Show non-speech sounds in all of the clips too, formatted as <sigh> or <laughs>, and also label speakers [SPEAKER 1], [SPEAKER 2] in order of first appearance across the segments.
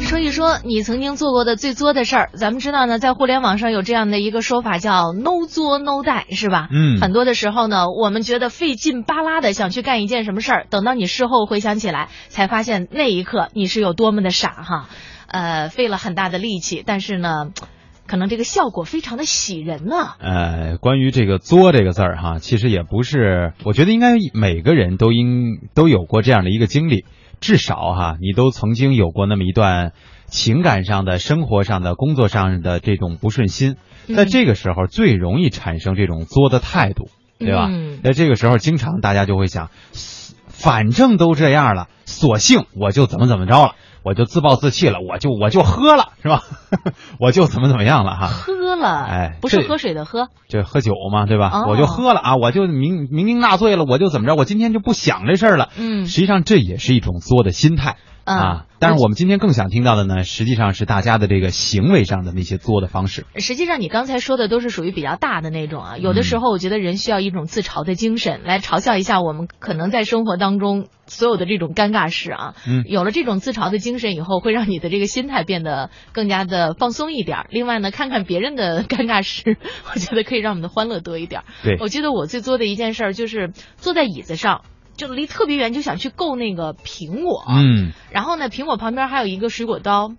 [SPEAKER 1] 说一说你曾经做过的最作的事儿。咱们知道呢，在互联网上有这样的一个说法叫 “no 作 no die”，是吧？
[SPEAKER 2] 嗯
[SPEAKER 1] 很多的时候呢，我们觉得费劲巴拉的想去干一件什么事儿，等到你事后回想起来，才发现那一刻你是有多么的傻哈，呃，费了很大的力气，但是呢，可能这个效果非常的喜人呢、
[SPEAKER 2] 呃，关于这个“作”这个字儿哈，其实也不是，我觉得应该每个人都应都有过这样的一个经历，至少哈，你都曾经有过那么一段情感上的、生活上的、工作上的这种不顺心，在
[SPEAKER 1] 嗯
[SPEAKER 2] 这个时候最容易产生这种“作”的态度，对吧？
[SPEAKER 1] 嗯
[SPEAKER 2] 在这个时候，经常大家就会想，反正都这样了，索性我就怎么怎么着了。我就自暴自弃了，我就我就喝了，是吧？ <laughs> 我就怎么怎么样了哈。
[SPEAKER 1] 喝了，
[SPEAKER 2] 哎
[SPEAKER 1] 不是
[SPEAKER 2] 这
[SPEAKER 1] 喝水的喝，
[SPEAKER 2] 这喝酒嘛，对吧？
[SPEAKER 1] 哦
[SPEAKER 2] 我就喝了啊，我就酩酩酊大醉了，我就怎么着，我今天就不想这事儿了。
[SPEAKER 1] 嗯
[SPEAKER 2] 实际上这也是一种作的心态、
[SPEAKER 1] 嗯
[SPEAKER 2] 啊。但是我们今天更想听到的呢，实际上是大家的这个行为上的那些作的方式。
[SPEAKER 1] 实际上，你刚才说的都是属于比较大的那种啊。有的
[SPEAKER 2] 嗯
[SPEAKER 1] 时候，我觉得人需要一种自嘲的精神，来嘲笑一下我们可能在生活当中所有的这种尴尬事啊。
[SPEAKER 2] 嗯
[SPEAKER 1] 有了这种自嘲的精神以后，会让你的这个心态变得更加的放松一点儿。另外呢，看看别人的 <laughs> 尴尬事，我觉得可以让我们的欢乐多一点儿。
[SPEAKER 2] 对
[SPEAKER 1] 我记得我最作的一件事儿就是坐在椅子上，就离特别远，就想去够那个苹果。
[SPEAKER 2] 嗯，
[SPEAKER 1] 然后呢，苹果旁边还有一个水果刀，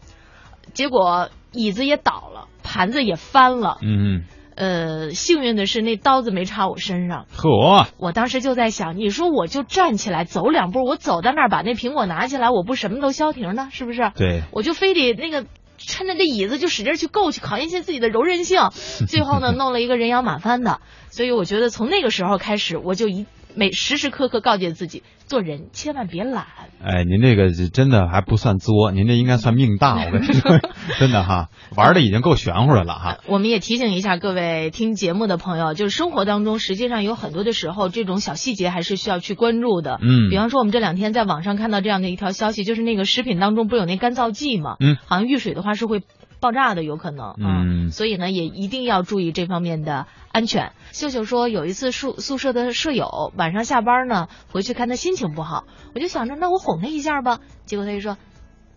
[SPEAKER 1] 结果椅子也倒了，盘子也翻了。
[SPEAKER 2] 嗯，
[SPEAKER 1] 呃，幸运的是那刀子没插我身上。
[SPEAKER 2] 呵，
[SPEAKER 1] 我当时就在想，你说我就站起来走两步，我走到那儿把那苹果拿起来，我不什么都消停呢？是不是？
[SPEAKER 2] 对，
[SPEAKER 1] 我就非得那个趁着这椅子就使劲去够，去考验一下自己的柔韧性。最后呢，弄了一个人仰马翻的。所以我觉得从那个时候开始，我就一每时时刻刻告诫自己，做人千万别懒。
[SPEAKER 2] 哎，您这个是真的还不算作，您这应该算命大，我跟你
[SPEAKER 1] <laughs>
[SPEAKER 2] 说，真的哈，玩的已经够玄乎的了哈。
[SPEAKER 1] 我们也提醒一下各位听节目的朋友，就是生活当中实际上有很多的时候，这种小细节还是需要去关注的。
[SPEAKER 2] 嗯
[SPEAKER 1] 比方说我们这两天在网上看到这样的一条消息，就是那个食品当中不是有那干燥剂吗？
[SPEAKER 2] 嗯，
[SPEAKER 1] 好像遇水的话是会爆炸的，有可能。啊
[SPEAKER 2] 嗯
[SPEAKER 1] 所以呢也一定要注意这方面的安全。秀秀说有一次宿宿舍的舍友晚上下班呢回去看他心情不好，我就想着那我哄他一下吧，结果他就说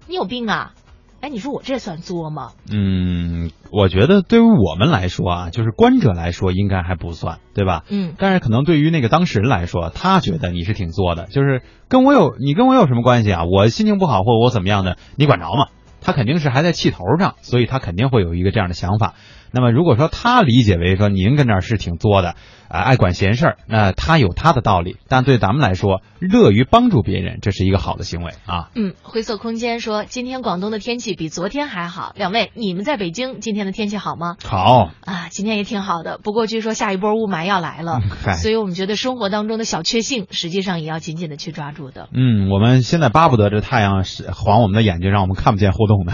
[SPEAKER 1] 你有病啊！哎，你说我这算作吗？
[SPEAKER 2] 嗯，我觉得对于我们来说啊，就是观者来说应该还不算，对吧？
[SPEAKER 1] 嗯。
[SPEAKER 2] 但是可能对于那个当事人来说，他觉得你是挺作的，就是跟我有你跟我有什么关系啊？我心情不好或者我怎么样的，你管着吗？他肯定是还在气头上，所以他肯定会有一个这样的想法。那么如果说他理解为说您跟这儿是挺作的，啊、爱管闲事儿，那他有他的道理。但对咱们来说，乐于帮助别人，这是一个好的行为啊。
[SPEAKER 1] 嗯，灰色空间说，今天广东的天气比昨天还好。两位，你们在北京今天的天气好吗？
[SPEAKER 2] 好，
[SPEAKER 1] 啊，今天也挺好的，不过据说下一波雾霾要来了，
[SPEAKER 2] 嗨
[SPEAKER 1] 所以我们觉得生活当中的小确幸，实际上也要紧紧的去抓住的。
[SPEAKER 2] 嗯，我们现在巴不得这太阳是晃我们的眼睛，让我们看不见互动呢。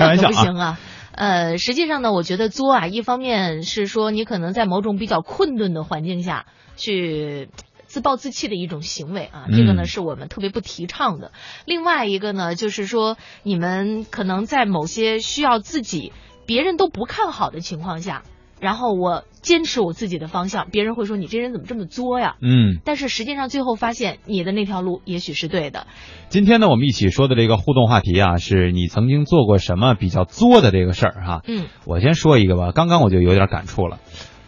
[SPEAKER 1] <laughs> 那
[SPEAKER 2] 玩
[SPEAKER 1] 可
[SPEAKER 2] 笑
[SPEAKER 1] 不
[SPEAKER 2] 啊，
[SPEAKER 1] 行啊。呃，实际上呢，我觉得作啊，一方面是说你可能在某种比较困顿的环境下去自暴自弃的一种行为啊，这个呢
[SPEAKER 2] 嗯
[SPEAKER 1] 是我们特别不提倡的。另外一个呢，就是说你们可能在某些需要自己别人都不看好的情况下，然后我坚持我自己的方向，别人会说你这人怎么这么作呀？
[SPEAKER 2] 嗯。
[SPEAKER 1] 但是实际上最后发现你的那条路也许是对的。
[SPEAKER 2] 今天呢，我们一起说的这个互动话题啊，是你曾经做过什么比较作的这个事儿、哈。
[SPEAKER 1] 嗯
[SPEAKER 2] 我先说一个吧，刚刚我就有点感触了。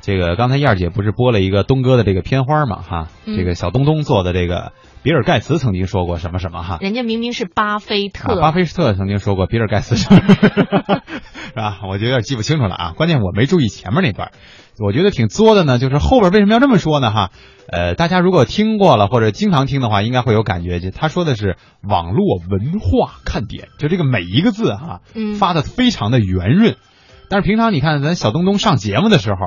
[SPEAKER 2] 这个刚才燕儿姐不是播了一个东哥的这个片花嘛哈，
[SPEAKER 1] 嗯
[SPEAKER 2] 这个小东东做的这个比尔盖茨曾经说过什么什么哈。
[SPEAKER 1] 人家明明是巴菲
[SPEAKER 2] 啊
[SPEAKER 1] 特，
[SPEAKER 2] 巴菲特曾经说
[SPEAKER 1] <laughs>
[SPEAKER 2] 过比尔盖茨什么是吧？我就有点记不清楚了啊。关键我没注意前面那段儿，我觉得挺作的呢，就是后边为什么要这么说呢？哈，呃，大家如果听过了或者经常听的话，应该会有感觉。就他说的是网络文化看点，就这个每一个字哈、
[SPEAKER 1] 嗯
[SPEAKER 2] 发的非常的圆润。但是平常你看咱小东东上节目的时候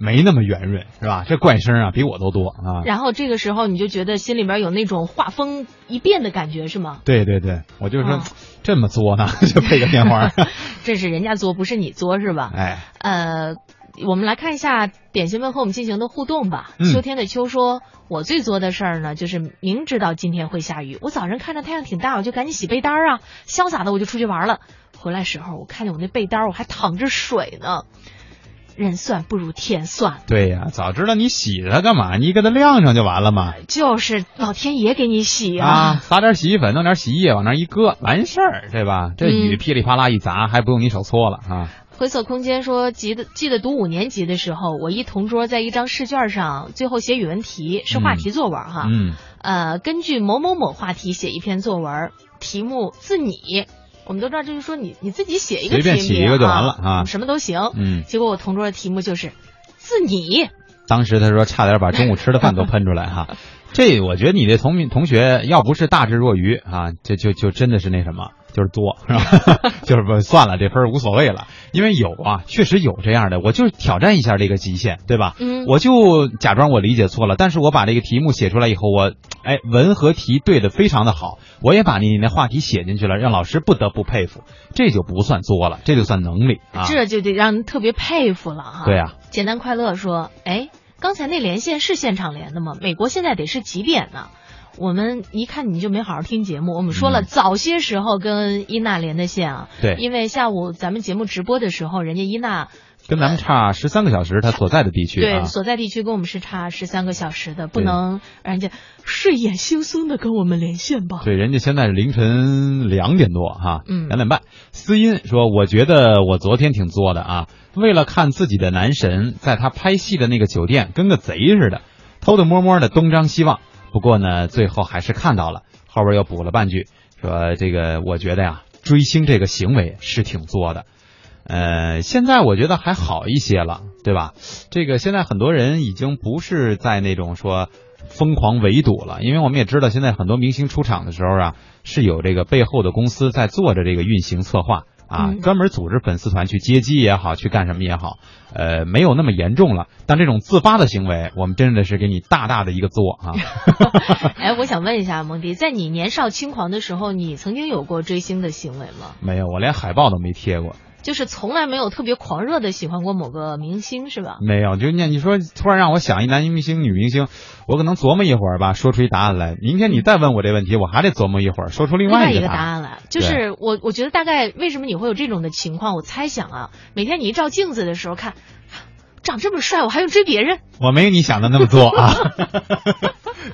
[SPEAKER 2] 没那么圆润，是吧？这怪声啊比我都多啊。
[SPEAKER 1] 然后这个时候你就觉得心里边有那种画风一变的感觉，是吗？
[SPEAKER 2] 对对对，我就说、
[SPEAKER 1] 啊
[SPEAKER 2] 这么作呢， <laughs> 就配个片花
[SPEAKER 1] <laughs>
[SPEAKER 2] 儿，
[SPEAKER 1] 这是人家作，不是你作，是吧？
[SPEAKER 2] 哎。
[SPEAKER 1] 呃，我们来看一下点心们和我们进行的互动吧。
[SPEAKER 2] 嗯
[SPEAKER 1] 秋天的秋说，我最作的事儿呢，就是明知道今天会下雨，我早上看着太阳挺大，我就赶紧洗被单儿啊，潇洒的我就出去玩了。回来时候，我看见我那被单儿，我还淌着水呢。人算不如天算，
[SPEAKER 2] 对呀、早知道你洗它干嘛？你给它晾上就完了
[SPEAKER 1] 哎
[SPEAKER 2] 嘛。
[SPEAKER 1] 就是老天爷给你洗
[SPEAKER 2] 啊，
[SPEAKER 1] 啊。
[SPEAKER 2] 撒点洗衣粉，弄点洗衣液，往那儿一搁，完事儿，对吧？这雨
[SPEAKER 1] 嗯
[SPEAKER 2] 噼里啪啦一砸，还不用你手搓了啊。
[SPEAKER 1] 回溯空间说，记得记得读五年级的时候，我一同桌在一张试卷上最后写语文题，是话题作文哈。
[SPEAKER 2] 嗯，
[SPEAKER 1] 呃，根据某某某话题写一篇作文，题目自拟。我们都知道，这就是说你你自己写一个题
[SPEAKER 2] 随便
[SPEAKER 1] 名，
[SPEAKER 2] 起一个就完了啊
[SPEAKER 1] 什么都行。
[SPEAKER 2] 嗯
[SPEAKER 1] 结果我同桌的题目就是自拟，
[SPEAKER 2] 当时他说差点把中午吃的饭都喷出来哈。这我觉得你的同同学要不是大智若愚啊，这就就真的是那什么，就是作是吧？ <laughs> 就是不算了，这分儿无所谓了，因为有啊，确实有这样的，我就是挑战一下这个极限，对吧？
[SPEAKER 1] 嗯，
[SPEAKER 2] 我就假装我理解错了，但是我把这个题目写出来以后，我哎文和题对的非常的好，我也把你那话题写进去了，让老师不得不佩服，这就不算作了，这就算能力啊！
[SPEAKER 1] 这就得让人特别佩服了哈。
[SPEAKER 2] 对啊，
[SPEAKER 1] 简单快乐说，哎，刚才那连线是现场连的吗？美国现在得是几点呢？我们一看你就没好好听节目，我们说了
[SPEAKER 2] 嗯
[SPEAKER 1] 早些时候跟伊娜连的线啊，
[SPEAKER 2] 对，
[SPEAKER 1] 因为下午咱们节目直播的时候，人家伊娜
[SPEAKER 2] 跟咱们差十三个小时，他所在的地区
[SPEAKER 1] 对
[SPEAKER 2] 啊，
[SPEAKER 1] 所在地区跟我们是差十三个小时的，不
[SPEAKER 2] 对
[SPEAKER 1] 能让人家睡眼惺忪的跟我们连线吧？
[SPEAKER 2] 对，人家现在是凌晨两点多哈，
[SPEAKER 1] 嗯
[SPEAKER 2] 两点半。思音说：“我觉得我昨天挺作的啊，为了看自己的男神，在他拍戏的那个酒店跟个贼似的，偷偷摸摸的东张西望。不过呢，最后还是看到了，后边又补了半句，说这个我觉得呀、追星这个行为是挺作的。”呃，现在我觉得还好一些了，对吧？这个现在很多人已经不是在那种说疯狂围堵了，因为我们也知道现在很多明星出场的时候啊，是有这个背后的公司在做着这个运行策划啊，
[SPEAKER 1] 嗯
[SPEAKER 2] 专门组织粉丝团去接机也好，去干什么也好，呃，没有那么严重了。但这种自发的行为，我们真的是给你大大的一个作啊！
[SPEAKER 1] <laughs> 哎，我想问一下蒙迪，在你年少轻狂的时候，你曾经有过追星的行为吗？
[SPEAKER 2] 没有，我连海报都没贴过，
[SPEAKER 1] 就是从来没有特别狂热的喜欢过某个明星，是吧？
[SPEAKER 2] 没有。就你你说突然让我想一男明星、女明星，我可能琢磨一会儿吧，说出一答案来。明天你再问我这问题，我还得琢磨一会儿，说出另
[SPEAKER 1] 另外
[SPEAKER 2] 外
[SPEAKER 1] 一
[SPEAKER 2] 一
[SPEAKER 1] 个
[SPEAKER 2] 个
[SPEAKER 1] 答
[SPEAKER 2] 答案。
[SPEAKER 1] 案来，就是我我觉得大概为什么你会有这种的情况，我猜想啊，每天你一照镜子的时候看，啊长这么帅，我还用追别人？
[SPEAKER 2] 我没你想的那么作 <laughs> 啊，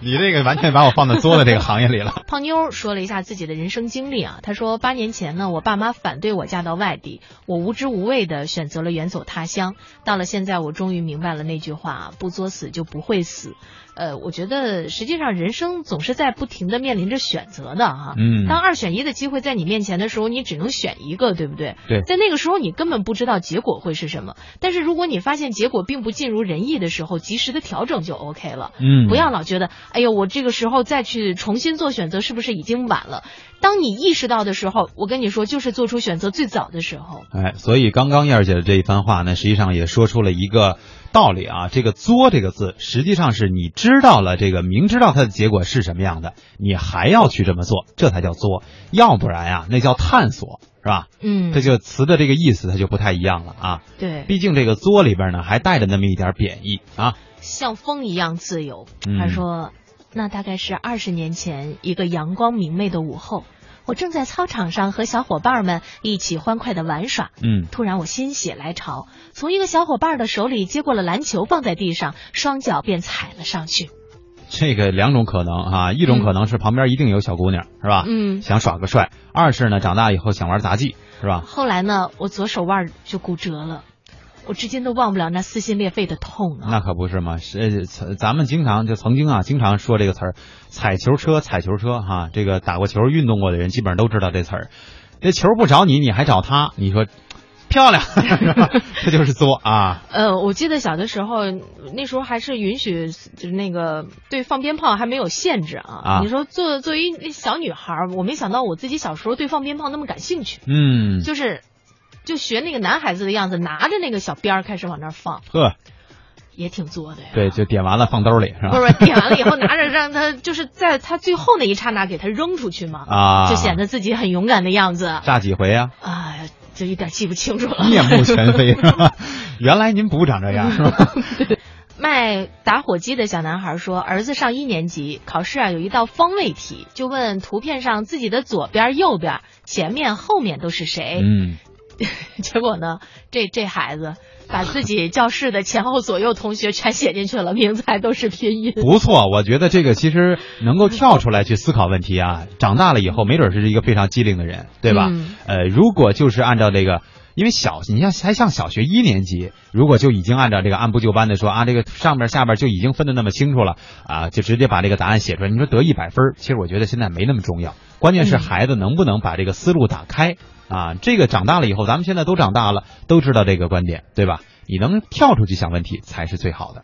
[SPEAKER 2] 你这个完全把我放在作的这个行业里了。
[SPEAKER 1] 胖妞儿说了一下自己的人生经历啊，她说八年前呢，我爸妈反对我嫁到外地，我无知无畏的选择了远走他乡。到了现在，我终于明白了那句话：啊不作死就不会死。呃，我觉得实际上人生总是在不停的面临着选择的啊哈、
[SPEAKER 2] 嗯
[SPEAKER 1] 当二选一的机会在你面前的时候，你只能选一个，对不对？
[SPEAKER 2] 对
[SPEAKER 1] 在那个时候，你根本不知道结果会是什么。但是如果你发现结果并不尽如人意的时候，及时的调整就 OK 了。
[SPEAKER 2] 嗯，
[SPEAKER 1] 不要老觉得，哎呦，我这个时候再去重新做选择，是不是已经晚了？当你意识到的时候，我跟你说，就是做出选择最早的时候。
[SPEAKER 2] 哎，所以刚刚燕儿姐的这一番话呢，实际上也说出了一个道理啊。这个“作”这个字，实际上是你知道了这个，明知道它的结果是什么样的，你还要去这么做，这才叫作。要不然啊，那叫探索，是吧？
[SPEAKER 1] 嗯
[SPEAKER 2] 这，就词的这个意思，它就不太一样了啊。
[SPEAKER 1] 对，
[SPEAKER 2] 毕竟这个“作”里边呢，还带着那么一点贬义啊。
[SPEAKER 1] 像风一样自由。
[SPEAKER 2] 嗯
[SPEAKER 1] 他说，那大概是二十年前一个阳光明媚的午后，我正在操场上和小伙伴们一起欢快的玩耍。
[SPEAKER 2] 嗯，
[SPEAKER 1] 突然，我心血来潮，从一个小伙伴的手里接过了篮球，放在地上，双脚便踩了上去。
[SPEAKER 2] 这个两种可能啊，一种可能是旁边一定有小姑娘，是吧？
[SPEAKER 1] 嗯，
[SPEAKER 2] 想耍个帅。二是呢，长大以后想玩杂技，是吧？
[SPEAKER 1] 后来呢，我左手腕儿就骨折了，我至今都忘不了那撕心裂肺的痛啊！
[SPEAKER 2] 那可不是嘛，是咱咱们经常就曾经啊，经常说这个词儿，踩球车，踩球车哈、这个打过球、运动过的人基本上都知道这词儿。这球不找你，你还找他，你说漂亮， <laughs> 是吧这就是作啊。
[SPEAKER 1] 呃，我记得小的时候，那时候还是允许就是那个对放鞭炮还没有限制啊。
[SPEAKER 2] 啊
[SPEAKER 1] 你说作作为一小女孩儿，我没想到我自己小时候对放鞭炮那么感兴趣，
[SPEAKER 2] 嗯，
[SPEAKER 1] 就是就学那个男孩子的样子，拿着那个小鞭儿开始往那儿放，
[SPEAKER 2] 呵，
[SPEAKER 1] 也挺作的呀。
[SPEAKER 2] 对，就点完了放兜里是
[SPEAKER 1] 不是
[SPEAKER 2] 吧？
[SPEAKER 1] 不是，点完了以后拿着让他就是在他最后那一刹那给他扔出去嘛，
[SPEAKER 2] 啊，
[SPEAKER 1] 就显得自己很勇敢的样子。
[SPEAKER 2] 炸几回啊，
[SPEAKER 1] 啊，就一点记不清楚了。
[SPEAKER 2] 面目全
[SPEAKER 1] <laughs>
[SPEAKER 2] 非是吧？原来您不长这样是吧？
[SPEAKER 1] 卖打火机的小男孩说，儿子上一年级，考试啊有一道方位题，就问图片上自己的左边、右边、前面、后面都是谁。
[SPEAKER 2] 嗯，
[SPEAKER 1] <laughs> 结果呢，这这孩子把自己教室的前后左右同学全写进去了，名字还都是拼音。
[SPEAKER 2] 不错，我觉得这个其实能够跳出来去思考问题啊。长大了以后，没准是一个非常机灵的人，对吧？
[SPEAKER 1] 嗯
[SPEAKER 2] 呃，如果就是按照这个，因为小，你像才上小学一年级，如果就已经按照这个按部就班的说啊，这个上边下边就已经分的那么清楚了啊，就直接把这个答案写出来，你说得一百分儿，其实我觉得现在没那么重要，关键是
[SPEAKER 1] 嗯
[SPEAKER 2] 孩子能不能把这个思路打开啊。这个长大了以后，咱们现在都长大了，都知道这个观点，对吧？你能跳出去想问题才是最好的。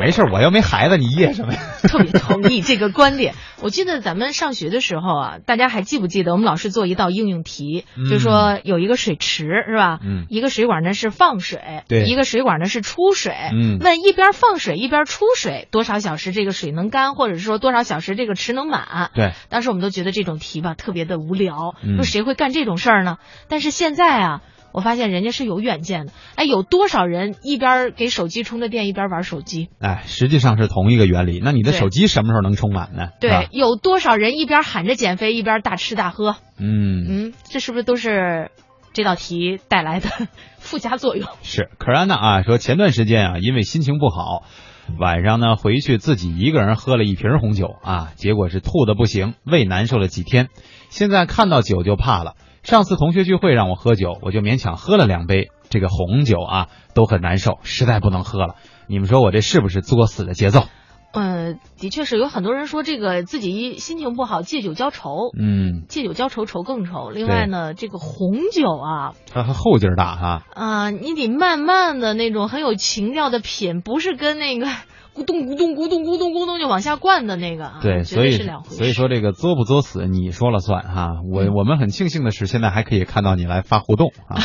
[SPEAKER 2] 没事儿，我又没孩子，你噎什么呀？
[SPEAKER 1] 特别同意这个观点。 <laughs> 我记得咱们上学的时候啊，大家还记不记得我们老师做一道应用题，
[SPEAKER 2] 嗯
[SPEAKER 1] 就说有一个水池是吧？
[SPEAKER 2] 嗯
[SPEAKER 1] 一个水管呢是放水，
[SPEAKER 2] 对
[SPEAKER 1] 一个水管呢是出水。
[SPEAKER 2] 嗯
[SPEAKER 1] 问一边放水一边出水，多少小时这个水能干，或者是说多少小时这个池能满？
[SPEAKER 2] 对，
[SPEAKER 1] 当时我们都觉得这种题吧特别的无聊，
[SPEAKER 2] 嗯
[SPEAKER 1] 说谁会干这种事儿呢？但是现在啊。我发现人家是有远见的，哎，有多少人一边给手机充着电，一边玩手机？
[SPEAKER 2] 哎，实际上是同一个原理。那你的
[SPEAKER 1] 对
[SPEAKER 2] 手机什么时候能充满呢？是吧
[SPEAKER 1] 对，有多少人一边喊着减肥，一边大吃大喝？
[SPEAKER 2] 嗯，
[SPEAKER 1] 嗯，这是不是都是这道题带来的 <laughs> 附加作用？
[SPEAKER 2] 是。可然呢啊，说前段时间啊，因为心情不好，晚上呢回去自己一个人喝了一瓶红酒啊，结果是吐的不行，胃难受了几天。现在看到酒就怕了。上次同学聚会让我喝酒，我就勉强喝了两杯，这个红酒啊都很难受，实在不能喝了。你们说我这是不是作死的节奏？
[SPEAKER 1] 呃，的确是有很多人说这个自己一心情不好，借酒浇愁。
[SPEAKER 2] 嗯，
[SPEAKER 1] 借酒浇愁，愁更愁。另外呢，这个红酒啊，
[SPEAKER 2] 它它后劲儿大哈、
[SPEAKER 1] 啊、你得慢慢的那种很有情调的品，不是跟那个咕咚咕咚咕咚咕咚咕咚就往下灌的那个啊，绝
[SPEAKER 2] 对，所
[SPEAKER 1] 对
[SPEAKER 2] 以
[SPEAKER 1] 是两回事。
[SPEAKER 2] 所以说这个作不作死，你说了算哈、我
[SPEAKER 1] 嗯
[SPEAKER 2] 我们很庆幸的是，现在还可以看到你来发互动啊。